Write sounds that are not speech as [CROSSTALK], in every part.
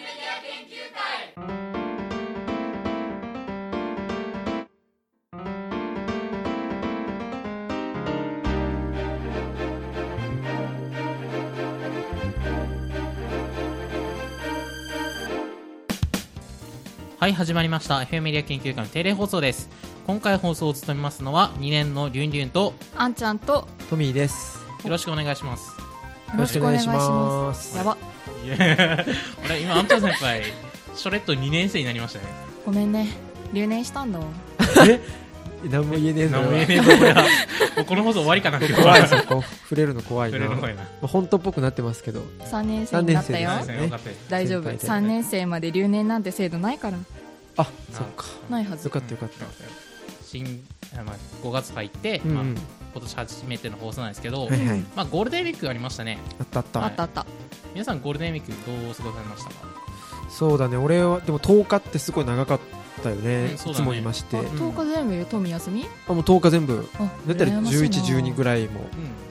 研究会はい始まりました FM メディア研究会の定例放送です今回放送を務めますのは2年のりゅんりゅんとあんちゃんとトミーです。よろしくお願いします [LAUGHS] よろしくお願いしますす。やば、いや俺今あんちゃん先輩しょれっと2年生になりましたねごめんね。留年したんだわ。え何も言えねえぞ。何も言えねえぞ俺はもうこの放送終わりかな今日怖いはぞ、こう触れるの怖いそな。れのま声なあ本当っぽくなってますけど。三年生になったよ。何三歳よ年生ですかったよ大丈先輩夫。で三年生まで留年なんて制度ないから。あ、そっか。ないはずよ。かったよかった。新あまあ5月入って、うんうまあ、ん。今年初めての放送なんですけど、はいはい。まあ、ゴールデンウィークがありましたねあったあっあた。ったあった。皆さんゴールデンウィークどうお過ごしになりましたかそうだね。俺はでも10日ってすごい長かったよね。うんいそうだねつもいまして。ん十日全部よ。富休み？あもう10日全部。あだったら11、12ぐらい。らいも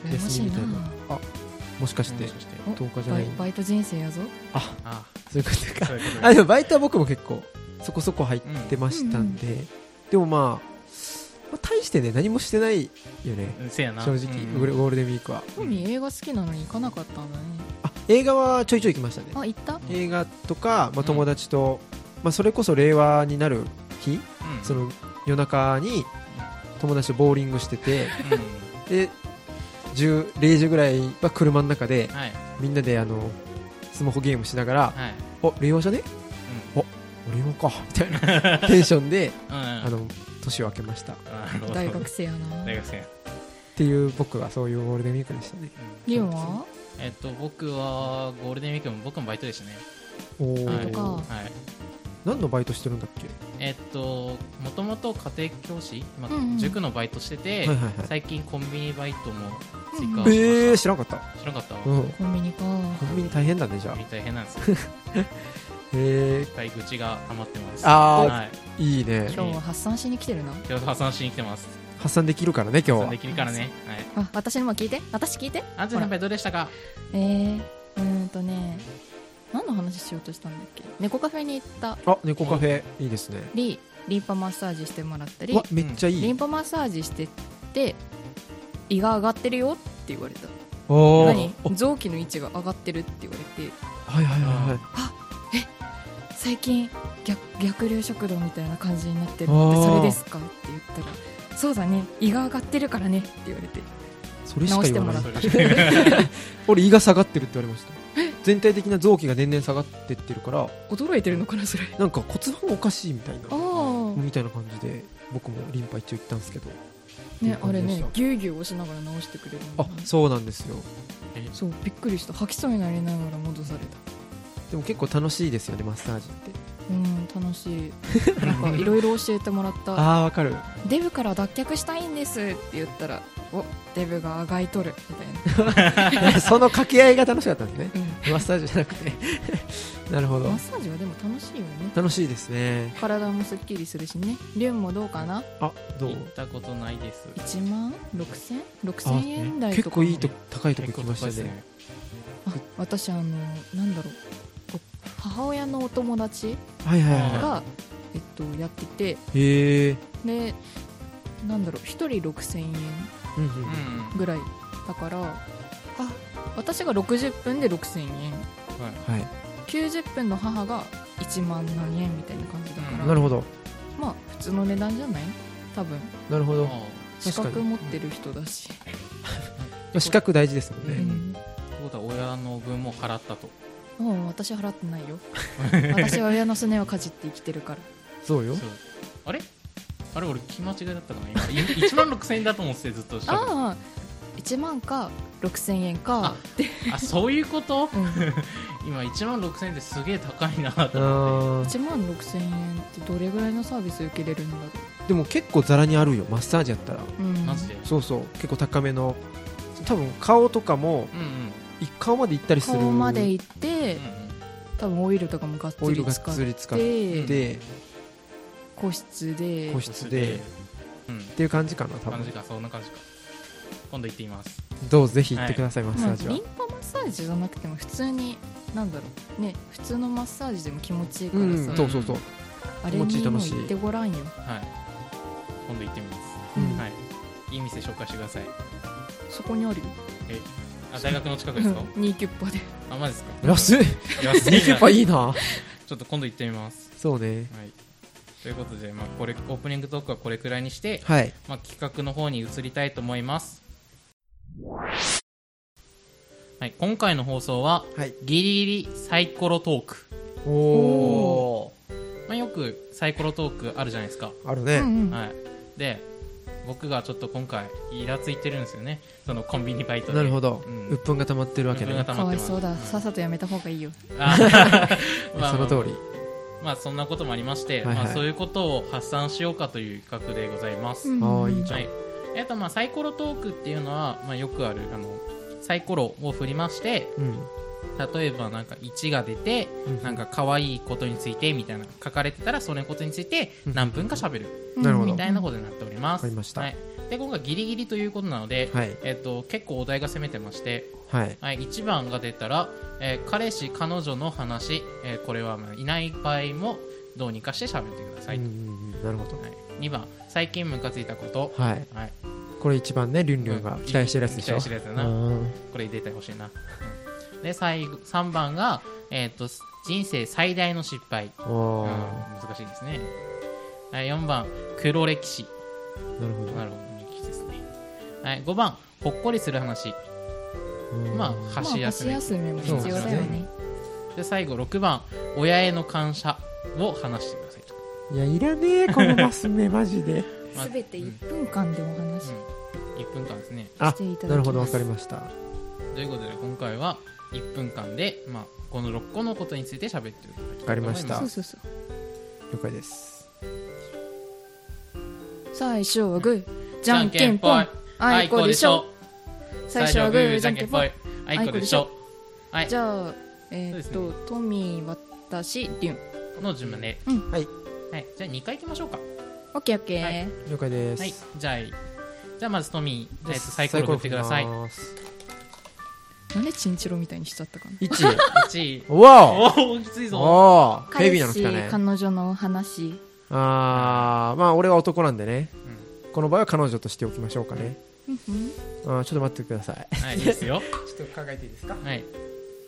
うん羨まし休いみみなたいな。あ、もしかしてもしかしてお10日じゃバないイ。バイト人生やぞ。あ、あそういうことあか。そういうことであでもバイトは僕も結構そこそこ入ってましたんで、でもまあ、まあ大してね何もしてないよねうんせやな正直、うんゴールゴールデンウィークはトミー映画好きなのに行かなかったんだね。あ映画はちょいちょい行きましたねあ、行った？映画とか、うまんあ、友達と、まあ、それこそ令和になる日うんその夜中に友達とボーリングしててうで10 0時ぐらいは車の中でんはいみんなであのスマホゲームしながらはい「お令和じゃね令和か」みたいなテンションでうんうんあの年を明けましたあの大学生や [LAUGHS] な。 [LAUGHS] 大学生っていう僕はそういうゴールデンウィークでしたねリオンは？えっと僕はゴールデンウィークも僕もバイトでしたねおお、はいとかはい何のバイトしてるんだっけえっともともと家庭教師、まあうんうん塾のバイトしてて、はいはいはい最近コンビニバイトも追うん加うんえー、し知らんかった、ました、知らなかった、うん、コンビニか。コンビニ大変だねじゃあみたい変なんです [LAUGHS] よえ大愚痴が溜まってますあーはいー、いいね今日は発散しに来てるな。ちょうど破産しに来てます発散できるからね今破産日はできるからねはいあ、私のも聞いて。私聞いて。安全先輩どうでしたかえー、うーんとね何の話しようとしたんだっけ猫カフェに行ったあ猫カフェいいですねりリンパマッサージしてもらったりわめっちゃいリいンパマッサージしてって胃が上がってるよって言われたおー何お臓器の位置が上がってるって言われてはいはいはいはい最近逆逆流食道みたいな感じになってるってあーそれですかって言ったらそうだね胃が上がってるからねって言われてそれしか言わな直いしてもらっ俺胃が下がってるって言われました全体的な臓器が年々下がってってるから驚いてるのかなそれなんか骨盤おかしいみたいなああ、みたいな感じで僕もリンパ一応行ったんですけどね、あれいいね感じでしぎゅうぎゅう押しながら直してくれるんだあねそうなんですよそうびっくりした吐きそうになりながら戻されたでも結構楽しいですよねマッサージってうん楽し [LAUGHS] いなんかいろいろ教えてもらったああわかる [LAUGHS] デブから脱却したいんですって言ったらおデブがあがいとるみたいな、その掛け合いが楽しかったんですねうんマッサージじゃなくて [LAUGHS] なるほどマッサージはでも楽しいよね楽しいですね体もすっきりするしねリュンもどうかなあ [LAUGHS] どう行ったことないです1万6000あ6000円台とか結構いいとと高いとこ結行構きました高いですねねあ私あのなんだろうお母親のお友達はいはいあはが、えっと、やってていへえでなんだろう1人6000円うんううんんぐらいだからあ私が60分で6000円はいはい90分の母が1万何円みたいな感じだから、うんなるほどまあ普通の値段じゃない多分なるほど資確か格に持ってる人だし、まあ資格大事ですもんううねんってことは親の分も払ったともう私払ってないよ [LAUGHS] 私は親のすねをかじって生きてるからそうよそうあれあれ俺気間違いだったかな今1万6000円だと [LAUGHS] 思っててずっと [LAUGHS] したあああ1万か6000円かああそういうことうん、今1万6000円ってすげえ高いなと思っあー1万6000円ってどれぐらいのサービス受けれるんだろでも結構ざらにあるよマッサージやったらう、うんてマジでそうそう結構高めの多分顔とかもうんうんい顔まで行ったりする顔まで行ってうんうん多分オイルとかもがっつオイルりが使っっつり使ってて個室で個室でうんっていう感じかな多感分じかそんな感じか今度行ってみますどうぞぜひ行ってください、マッサージまは、あリンパマッサージじゃなくても普通になんだろうね普通のマッサージでも気持ちいいかうらんさ、そうそうそうあれ気持ちいいにも楽しい行ってごらんよ、はい今度行ってみます、うんはいいい店紹介してくださいそこにあるよあ大学の近くですか2キュッパであマジですか [LAUGHS] 安い安いニキュッパいいなちょっと今度行ってみますそうねはいということで、まあ、これオープニングトークはこれくらいにして、はいまあ、企画の方に移りたいと思います、はい、今回の放送ははいギリギリサイコロトーク、おおまあ、よくサイコロトークあるじゃないですか、あるうね、んうんはい、で僕がちょっと今回イラついてるんですよねそのコンビニバイトでなるほど、うん鬱憤が溜まってるわけね鬱憤が溜かまっわていますそうだんさっさとやめた方がいいよあ [LAUGHS] まあその通りまあそんなこともありまして、はいはいまあ、そういうことを発散しようかという企画でございます、うんああいいじゃはんいえっとまあ、サイコロトークっていうのは、まあ、よくあるあのサイコロを振りましてうん例えばなんか1が出て、うんなんか可愛いことについてみたいな書かれてたらそのことについてうん何分か喋るなるほどみたいなことになっております、わかりましたはい、で今回ギリギリということなので、はいえっと結構お題が攻めてまして、はいはい、1番が出たら、えー彼氏彼女の話、えーこれはまあいない場合もどうにかして喋ってください、うんうはんうんなるほどい、2番最近ムカついたこと、はいはい、これ一番ねりゅんりゅんが期待してるやつでし期ょ待してるやつだなうんこれ入れてほしいなで最後3番が、えー、と人生最大の失敗、うんおー難しいですねはい4番黒歴史なるほどなるほど歴史ですね、はい、5番ほっこりする話うんまあまあ箸休箸め、休めも必要だよねで最後6番親への感謝を話してくださいと、いやいらねえこのマス目 [LAUGHS] マジでまあすべて1分間でお話しうん、1分間ですねあしていただきますなるほどわかりましたということで今回は1分間で、まあ、この6個のことについて喋ってるわかりましたそうそうそう了解です最初はグーじゃんけんぽんあいこでしょ最初はグーじゃんけんぽんあいこでしょはいじゃあえーっそうとトミー私りゅんの順番で、うんはいはい、じゃあ2回いきましょうかはオッケーオッケー、はい了解です、いじゃあじゃあまずトミー、えっと、サイコロ振ってくださいなんでチンチロみたいにしちゃったかな [LAUGHS] 一。1 1位わおおきついおぞおーベ彼ビーなの来氏、たね彼女のお話あーまあ俺は男なんでねうこの場合は彼女としておきましょうかねあーちょっと待ってくださいはいいいですよちょっと考えていいですかはい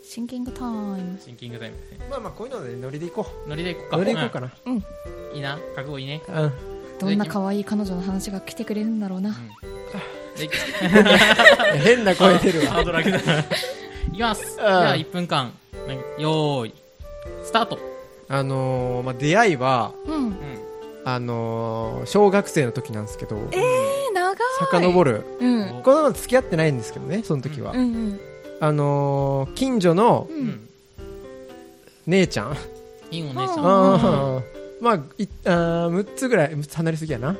シンキングタイムシンキングタイムですねまあまあこういうのでノリでいこノリでいこううかノリでいこうかなうんいいな覚悟い [LAUGHS] いねうん [LAUGHS] どんな可愛い彼女の話が来てくれるんだろうなで変な声出るわハードル上げた [LAUGHS] いきますじゃあ1分間はいよーいスタートあのーまあ出会いはうんえうんあのー小学生の時なんですけど長い遡るうんおこのまま付き合ってないんですけどねその時はうんうんあのー近所のううんん姉ちゃんいいお姉ちゃんうんあーまあいあ6つぐらい6つ離れすぎやな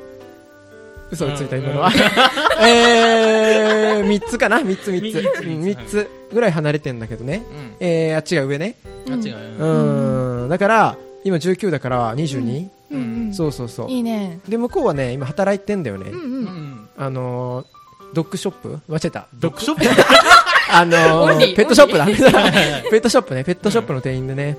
嘘をついた今のは [LAUGHS] えー、3つかな3つ3つ三つうん三つ3つぐらい離れてんだけどねうんえー、あっちが上ねあ違ううよーんだから今19だから22、うんうんそうそうそういいねで向こうはね今働いてんだよね、うんううんんあのードッグショップ間違えた読書あのオリー、ペットショップだ。 [LAUGHS] ペットショップね、ペットショップの店員でね。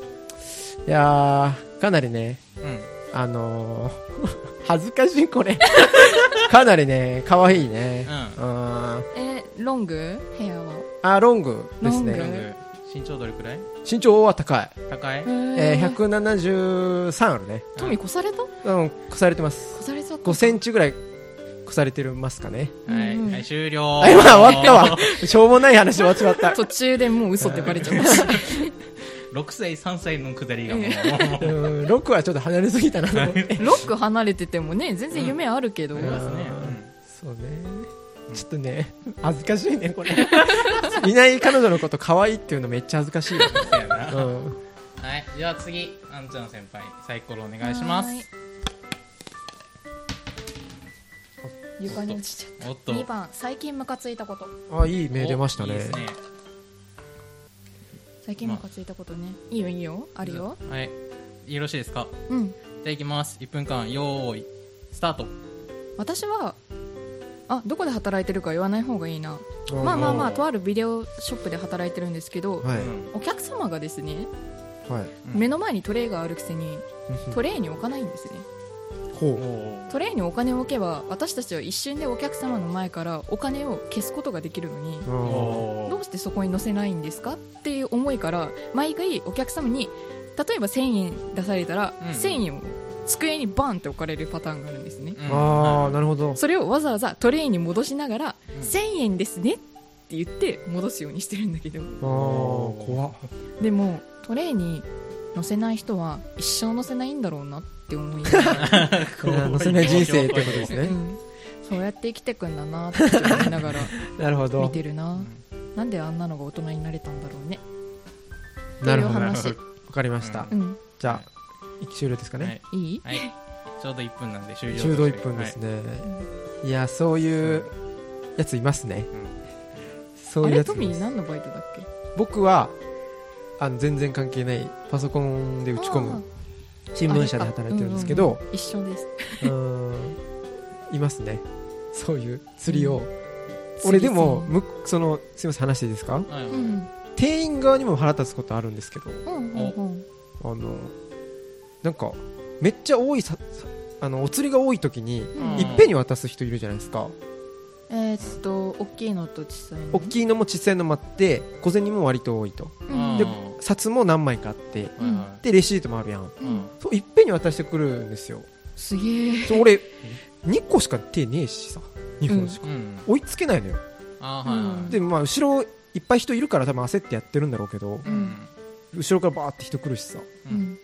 いやー、かなりね、うんあのー、 [LAUGHS] 恥ずかしいこれ。 [LAUGHS] かなりね、可愛いね。うあえロングヘアはあ、ロングですロンね。グ身長どれくらい身長は高い。高いええー、173あるね。トミー越されたうん、越されてます。越されそう5センチぐらい越されてますかね。はい、うんはい、終了。あ、今終わったわ。しょうもない話終わっちまった。途中でもう嘘ってバレちゃったし [LAUGHS] 6歳、3歳のくだりがもう。うん、6はちょっと離れすぎたなと思って。ロック離れててもね全然夢あるけど、うあんりますねそうね、ちょっとね恥ずかしいねこれいない彼女のこと可愛いっていうのめっちゃ恥ずかしいよ、うんそうやなうはん、い、じゃあ次、あんちゃん先輩、サイコロお願いしまはーいす。床に落ちちゃっおったと、 2番最近ムカついたことあいい目出ましたおいねいです最近ムカついたことね、いいよいいよあるよはい、よろしいですか。うんじゃあ行きます。1分間、よーい、スタート。私はあどこで働いてるか言わない方がいいなまあまあまあとあるビデオショップで働いてるんですけど、はいお客様がですね、はい目の前にトレイがあるくせにトレイに置かないんですねおほートレイにお金を置けば私たちは一瞬でお客様の前からお金を消すことができるのにうおおーどうしてそこに載せないんですかっていう思いから毎回お客様に例えば1000円出されたら、うん1000円を机にバンって置かれるパターンがあるんですねうんああなるほどそれをわざわざトレイに戻しながら、うん1000円ですねって言って戻すようにしてるんだけどああ怖っでもトレイに載せない人は一生載せないんだろうなって思いいや乗せない人生ってことですうねんそうやって生きてくんだなって思いながらなるほ見どてるうなんなんであんなのが大人になれたんだろうねなるほとどいうわ話かりましたうんじゃあ一期終了ですかはねいいいはいちょうど1分なんで終了ちょうど1分ですねねうんいやそういうやついますねそうあいうやれつトいますミー何のバイトだっけ僕はあの全然関係ないパソコンで打ち込む新聞社で働いてるんですけど、一緒ですうーんいますねそういう釣りを、俺でもむそのすみません話していいですかはいはういん店員側にも腹立つことあるんですけどうんうんうんあのなんかめっちゃ多いささあのお釣りが多い時にうんうんいっぺんに渡す人いるじゃないですかえーっと大きいのと小さいの大きいのも小さいのもあって小銭も割と多いとうんでうん札も何枚かあってはいはでレシートもあるやんいうんうんそういっぺんに渡してくるんですよすげえそう俺2個しか手ねえしさ2本しか、うん追いつけないのよあーはいはいはいでまあ後ろいっぱい人いるから多分焦ってやってるんだろうけどうん後ろからバーって人来るしさ「ううんんい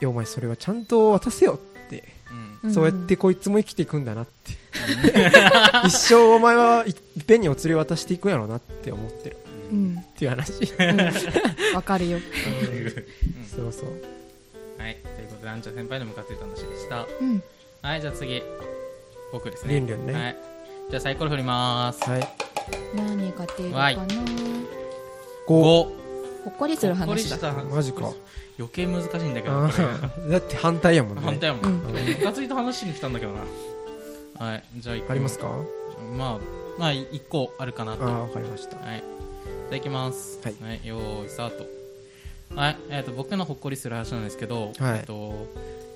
やお前それはちゃんと渡せよ」って、うんうんそうやってこいつも生きていくんだなって [LAUGHS] 一生お前はいいっぺんにお釣り渡していくんやろうなって思ってるううんんっていう話 [LAUGHS] うんわかるよそうそうはいということであんちゃん先輩の向かっていた話でしたうんはいじゃあ次僕ですりゅんねりゅんねはいじゃあサイコロ振りますはい何が出るわかいな5 5ほっこりする話だマジか余計難しいんだけどあこれ [LAUGHS] ーだって反対やもんね反対やもうんんムカついた話に来たんだけどなはいじゃあ一個ありますかまあまあ一個あるかなあとーはわかりましたいいただきますはいよーいスタートはいえっと僕のほっこりする話なんですけどはいえっと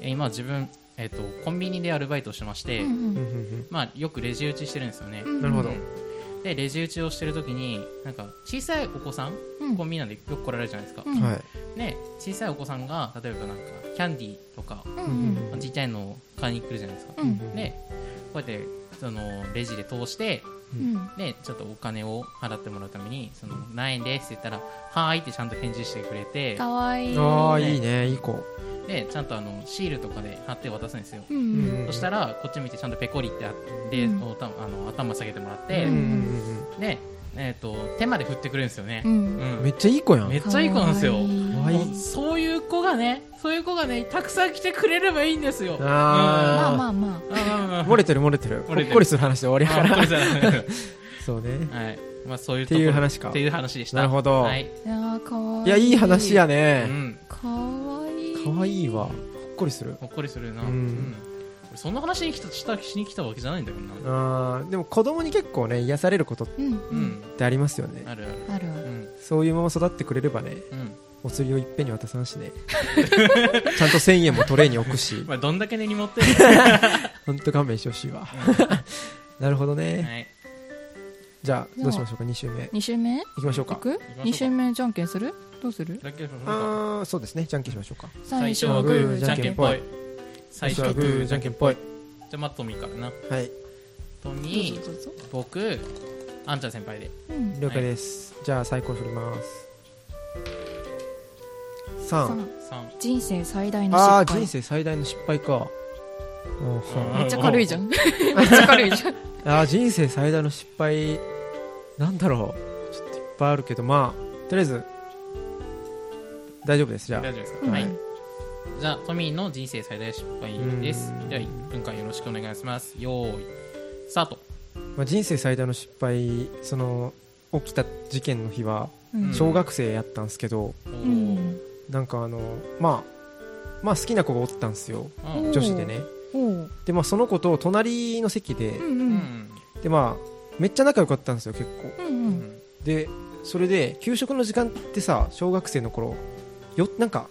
え今自分えっとコンビニでアルバイトをしてましうてうんうんんまあよくレジ打ちしてるんですよねうんなるほどうんでレジ打ちをしてる時になんか小さいお子さんうんコンビニなんでよく来られるじゃないですかううんんはいで小さいお子さんが例えばなんかキャンディーとかうんうんちっちゃいのを買いに来るじゃないですかう、んでこうやってそのレジで通してうんでちょっとお金を払ってもらうために「その何円です」って言ったら「はーい」ってちゃんと返事してくれてかわいいああねいいねいい子でちゃんとあのシールとかで貼って渡すんですよ、ううんうんんそしたらこっち見てちゃんとペコリって貼って、うんおたあの頭下げてもらっうて、んうんで、えー、と手まで振ってくれるんですよねう、うんうんんめっちゃいい子やんめっちゃいい子なんですよかわいい可愛いもうそういう子がねそういう子がねたくさん来てくれればいいんですよあまあまあまあうんあまあまあ漏れてる漏れてるほ漏れてるっこりする話で終わりやあか本当らにそうだねそうね [LAUGHS] はいまあそういうっとてころいう話かっていう話でしたなるほどはい、いやーかわいいいやいい話やうねん、かわいい可愛いわほっこりするほっこりするな、ううんん俺そんな話に来たしたしに来たわけじゃないんだけどなあーでも子供に結構ね癒されることっうんううんんてありますよねあるあるああるうるんそういうまま育ってくれればねうんお釣りをいっぺんに渡さんしね [LAUGHS] ちゃんと1000円もトレーに置くしまあどんだけ根に持ってるか [LAUGHS] はほんと勘弁してほしいわ [LAUGHS] なるほどねいじゃあどうしましょうか2週目い二週目きましょう行かくしょうか二週目じゃんけんするどうするだけどなんかあーそうですねじゃんけんしましょうか最初ははググーーじじゃゃんんけけんんぽぽいい最初はグーじゃんけんけんぽいじゃあマットミーからなはいトどミうーぞどうぞ僕あんちゃん先輩でうん了解です、じゃあサイコロ振ります3さあ三人生最大のああ失人敗生最大の失敗かおーめっちゃ軽いじゃんめっちゃ軽いじゃんああ人生最大の失敗なんだろうちょっといっぱいあるけどまあとりあえず大丈夫ですじゃ大丈あ夫ですうかんはいじゃあトミーの人生最大失敗ですうんでは1分間よろしくお願いしますよーいスタートまあ、人生最大の失敗その起きた事件の日はうん小学生やったんですけど、おうーんなんかあのまあまあ好きな子がおったんですようん女子でねおうでまあその子と隣の席で、うんううんんでまあめっちゃ仲良かったんですよ結構うんううん [LAUGHS] んでそれで給食の時間ってさ小学生の頃よなんか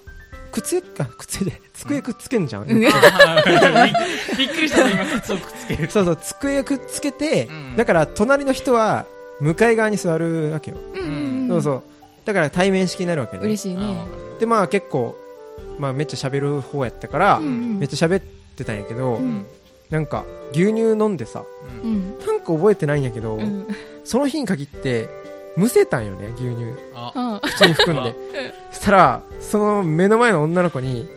靴か [LAUGHS] 靴で机くっつけんじゃん、うんあーびっくりした今靴をくっつけるそうそう机くっつけて、うんだから隣の人は向かい側に座るわけよ、うんそうそうだから対面式になるわけね嬉しいねでまあ結構、まあ、めっちゃ喋る方やったから、うんうんめっちゃ喋ってたんやけど、ううんんなんか牛乳飲んでさうんうんなんか覚えてないんやけど、うんその日に限ってむせたんよね牛乳ああ口に含んでそしたらその目の前の女の子に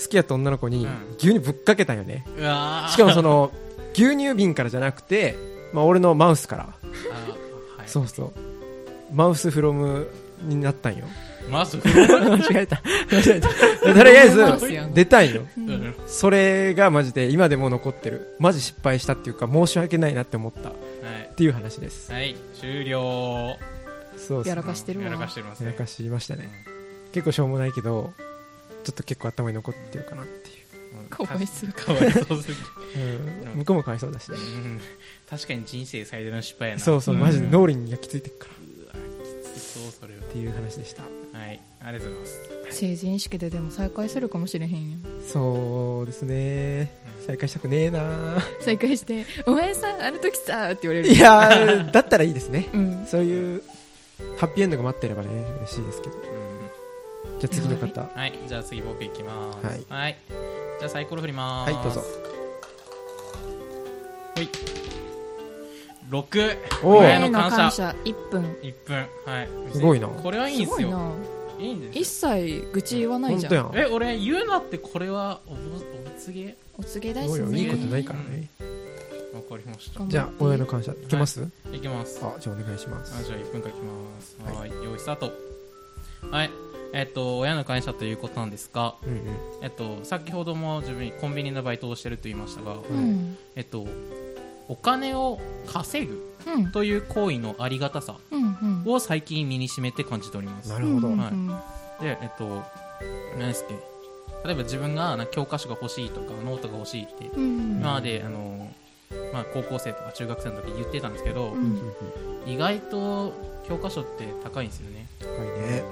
好きやった女の子にうん牛乳ぶっかけたんよね、うわー [LAUGHS] しかもその牛乳瓶からじゃなくて、まあ、俺のマウスからあーはいそうそうマウスフロムにな [LAUGHS] ったんよまず風呂間違えた間違えたとりあえずマウスやん出たんよううんんそれがマジで今でも残ってるマジ失敗したっていうか申し訳ないなって思ったっはいていう話ですはい終了そうそうやらかしてるわやらかしてますやねらかしましたね結構しょうもないけどちょっと結構頭に残ってるかなっていうんかわいそうかわいそう [LAUGHS] すぎるう、ううんん、向こうもかわいそうだしねうん確かに人生最大の失敗やなそうそううんマジで脳裏に焼き付いてるからっそうそれはていう話でしたはいありがとうございます成人式ででも再会するかもしれへんやんそうですね再会したくねえな再会して「お前さあの時さ」って言われるいやーだったらいいですねうんそういうハッピーエンドが待ってればね嬉しいですけどうんじゃあ次の方ははいじゃあ次僕いきますはいじゃあサイコロ振りまいすどうぞはい六おう親の感謝1分一分はいすごいなこれはいいんですごいよないいんですよ一切愚痴言わない本じゃ当ん、やえん俺言うなってこれはおぼおぶつげお告げ大す事ごいよねいいことないからねわかりました頑張じゃあ親の感謝いけます、いきますあじゃあお願いしまあすじゃあ1分間いきますはーい用意スタートはいえっと親の会社ということなんですがうんうんえっと先ほども自分コンビニのバイトをしてると言いましたがうんえっとお金を稼ぐうんという行為のありがたさうんうんを最近身にしめて感じておりますなるほど、うんはいうんでえっと何ですっけ例えば自分がなんか教科書が欲しいとかノートが欲しいってうん今まであの、まあ、高校生とか中学生の時言ってたんですけど、ううんうんんうん意外と教科書って高いんですよね高いね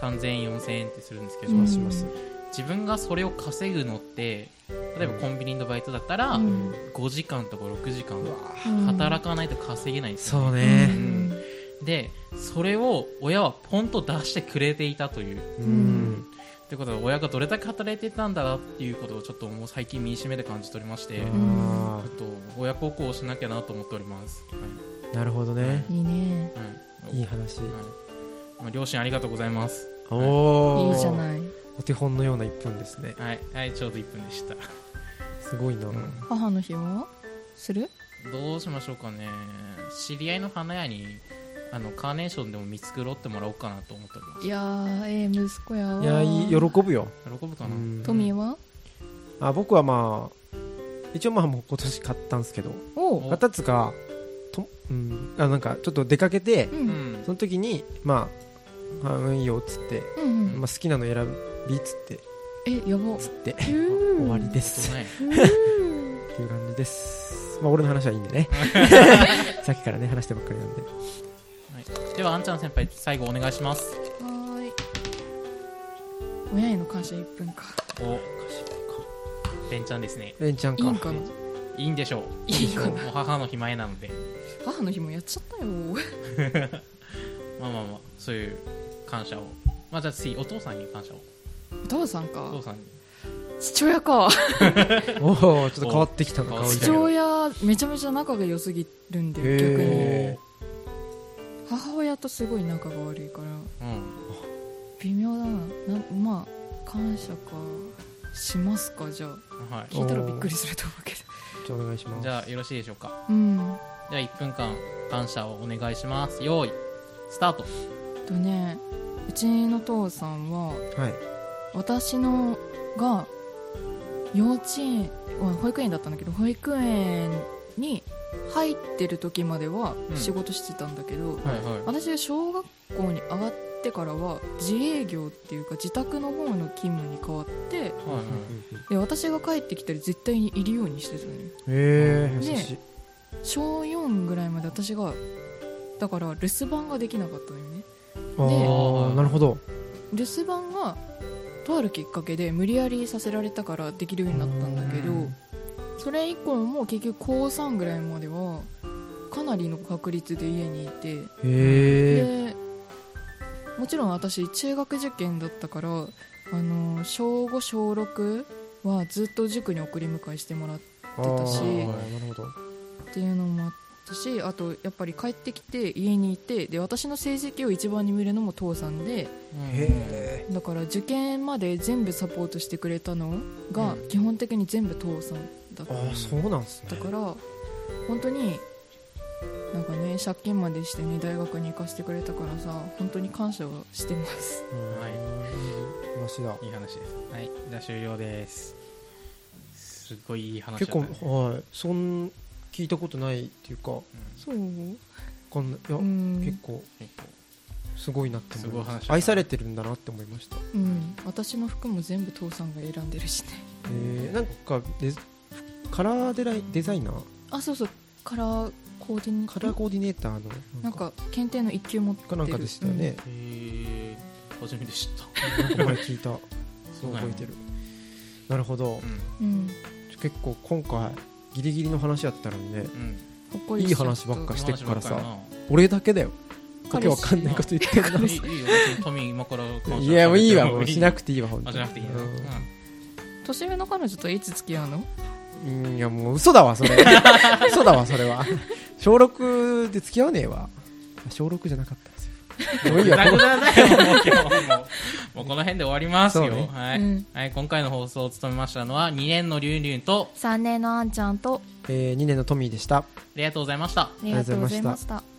3000円4000円ってするんですけど、うんします自分がそれを稼ぐのって例えばコンビニのバイトだったら、うん5時間とか6時間うん働かないと稼げないんですよ、そううねんでそれを親はポンと出してくれていたといううんんってことは親がどれだけ働いてたんだなっていうことをちょっともう最近身にしめて感じておりまして、ちあーょっと親孝行をしなきゃなと思っております、はなるほどねいいねいはいいい話はいまあ、両親ありがとうございます。おおいいじゃないお手本のような一分ですねはい、はい、ちょうど1分でした。すごいな、うん母の日はするどうしましょうかね。知り合いの花屋に、あの、カーネーションでも見繕ってもらおうかなと思っておりいやーええ息子やわいやいい喜ぶよ、ます。喜ぶかうな。ん富はあ僕はまあ一応まあもう今年買ったんですけどおおう買ったっつうかと、うん、あなんかちょっと出かけてううんん。その時にまああうんいいよっつって、うんうんまあ、好きなの選びっつってえやばつって終終わりですそうね。っていう感じですまあ俺の話はいいんで [LAUGHS] ねさっきからね話してばっかりなんででは、あんちゃん先輩、最後お願いします。はーい親への感謝1分かお、レンちゃんですね。レンちゃんいかいんかないいんでしょう。いいかなお母の日前なので。母の日もやっちゃったよ [LAUGHS] まあまあまあ、そういう感謝を。まあじゃあ次、お父さんに感謝を。お父さんおか父さんに。父親かおおちょっと変わってきたのお顔いみいたじゃ父いんな親めちゃめちゃ仲が良すぎるんだよ逆にへ母親とすごい仲が悪いからうん。微妙だななまあ感謝かしますかじゃあはい。聞いたらびっくりすると思うけどーじゃあお願いしますじゃあ、よろしいでしょうか。うんでは1分間感謝をお願いします用意スタートとねうちの父さんははい私のが幼稚園お保育園だったんだけど保育園に入ってる時まではうん仕事してたんだけど、はいは私が小学校に上がってからは自営業っていうか自宅の方の勤務に変わっていはいうんうんうんで私が帰ってきたら絶対にいるようにしてたのよへえね優しい小4ぐらいまで私がだから留守番ができなかったのよねああなるほど留守番がとあるきっかけで無理やりさせられたからできるようになったんだけうどんそれ以降も結局高3ぐらいまではかなりの確率で家にいてへえでもちろん私中学受験だったからあの小5小6はずっと塾に送り迎えしてもらっ出たしなるほどっていうのもあったしあとやっぱり帰ってきて家にいてで私の成績を一番に見るのも父さんでへえだから受験まで全部サポートしてくれたのがうん基本的に全部父さんだっああそうなんですねたから本当になんかね借金までしてね大学に行かせてくれたからさ本当に感謝はしてますはいマシだいい話ですはいじゃあ終了ですすごいいい話だ結った構ねはいそん聞いたことないっていうかわそうかんないいやうん結構結構すごいなってすご思いいま話しだた愛されてるんだなって思いましたへうん私の服も全部父さんが選んでるしねえなんかデカラーデライデザイナーあそうそうカラーコーディネカラーコーディネーターのなんか検定の1級持ってかるなんかでしたよへね、え初めて知ったなんか前聞いた [LAUGHS] そうだよ覚えてるなるほどうん、結構今回ギリギリの話やったのにねうんうんほっこりいい話ばっこかりのしてっからさ話ばっか俺だけだよわ彼け氏わかんないこと言ってりるないいいいよ別にトミー今から感謝ないやもういいわもうしなくくていいわ本当あしなくていいのうん年上の彼女といつ付き合うのうんうんいやもう嘘だわそ [LAUGHS] れ嘘だわそれは小6で付き合わねえわ小6じゃなかった [LAUGHS] んですよもういいだわいぶだいぶもう今日もうもうこの辺で終わりますそうよねはいうんはい今回の放送を務めましたのは2年のりゅんりゅんと3年のあんちゃんとえー、2年のトミーでしたありがとうございましたありがとうございました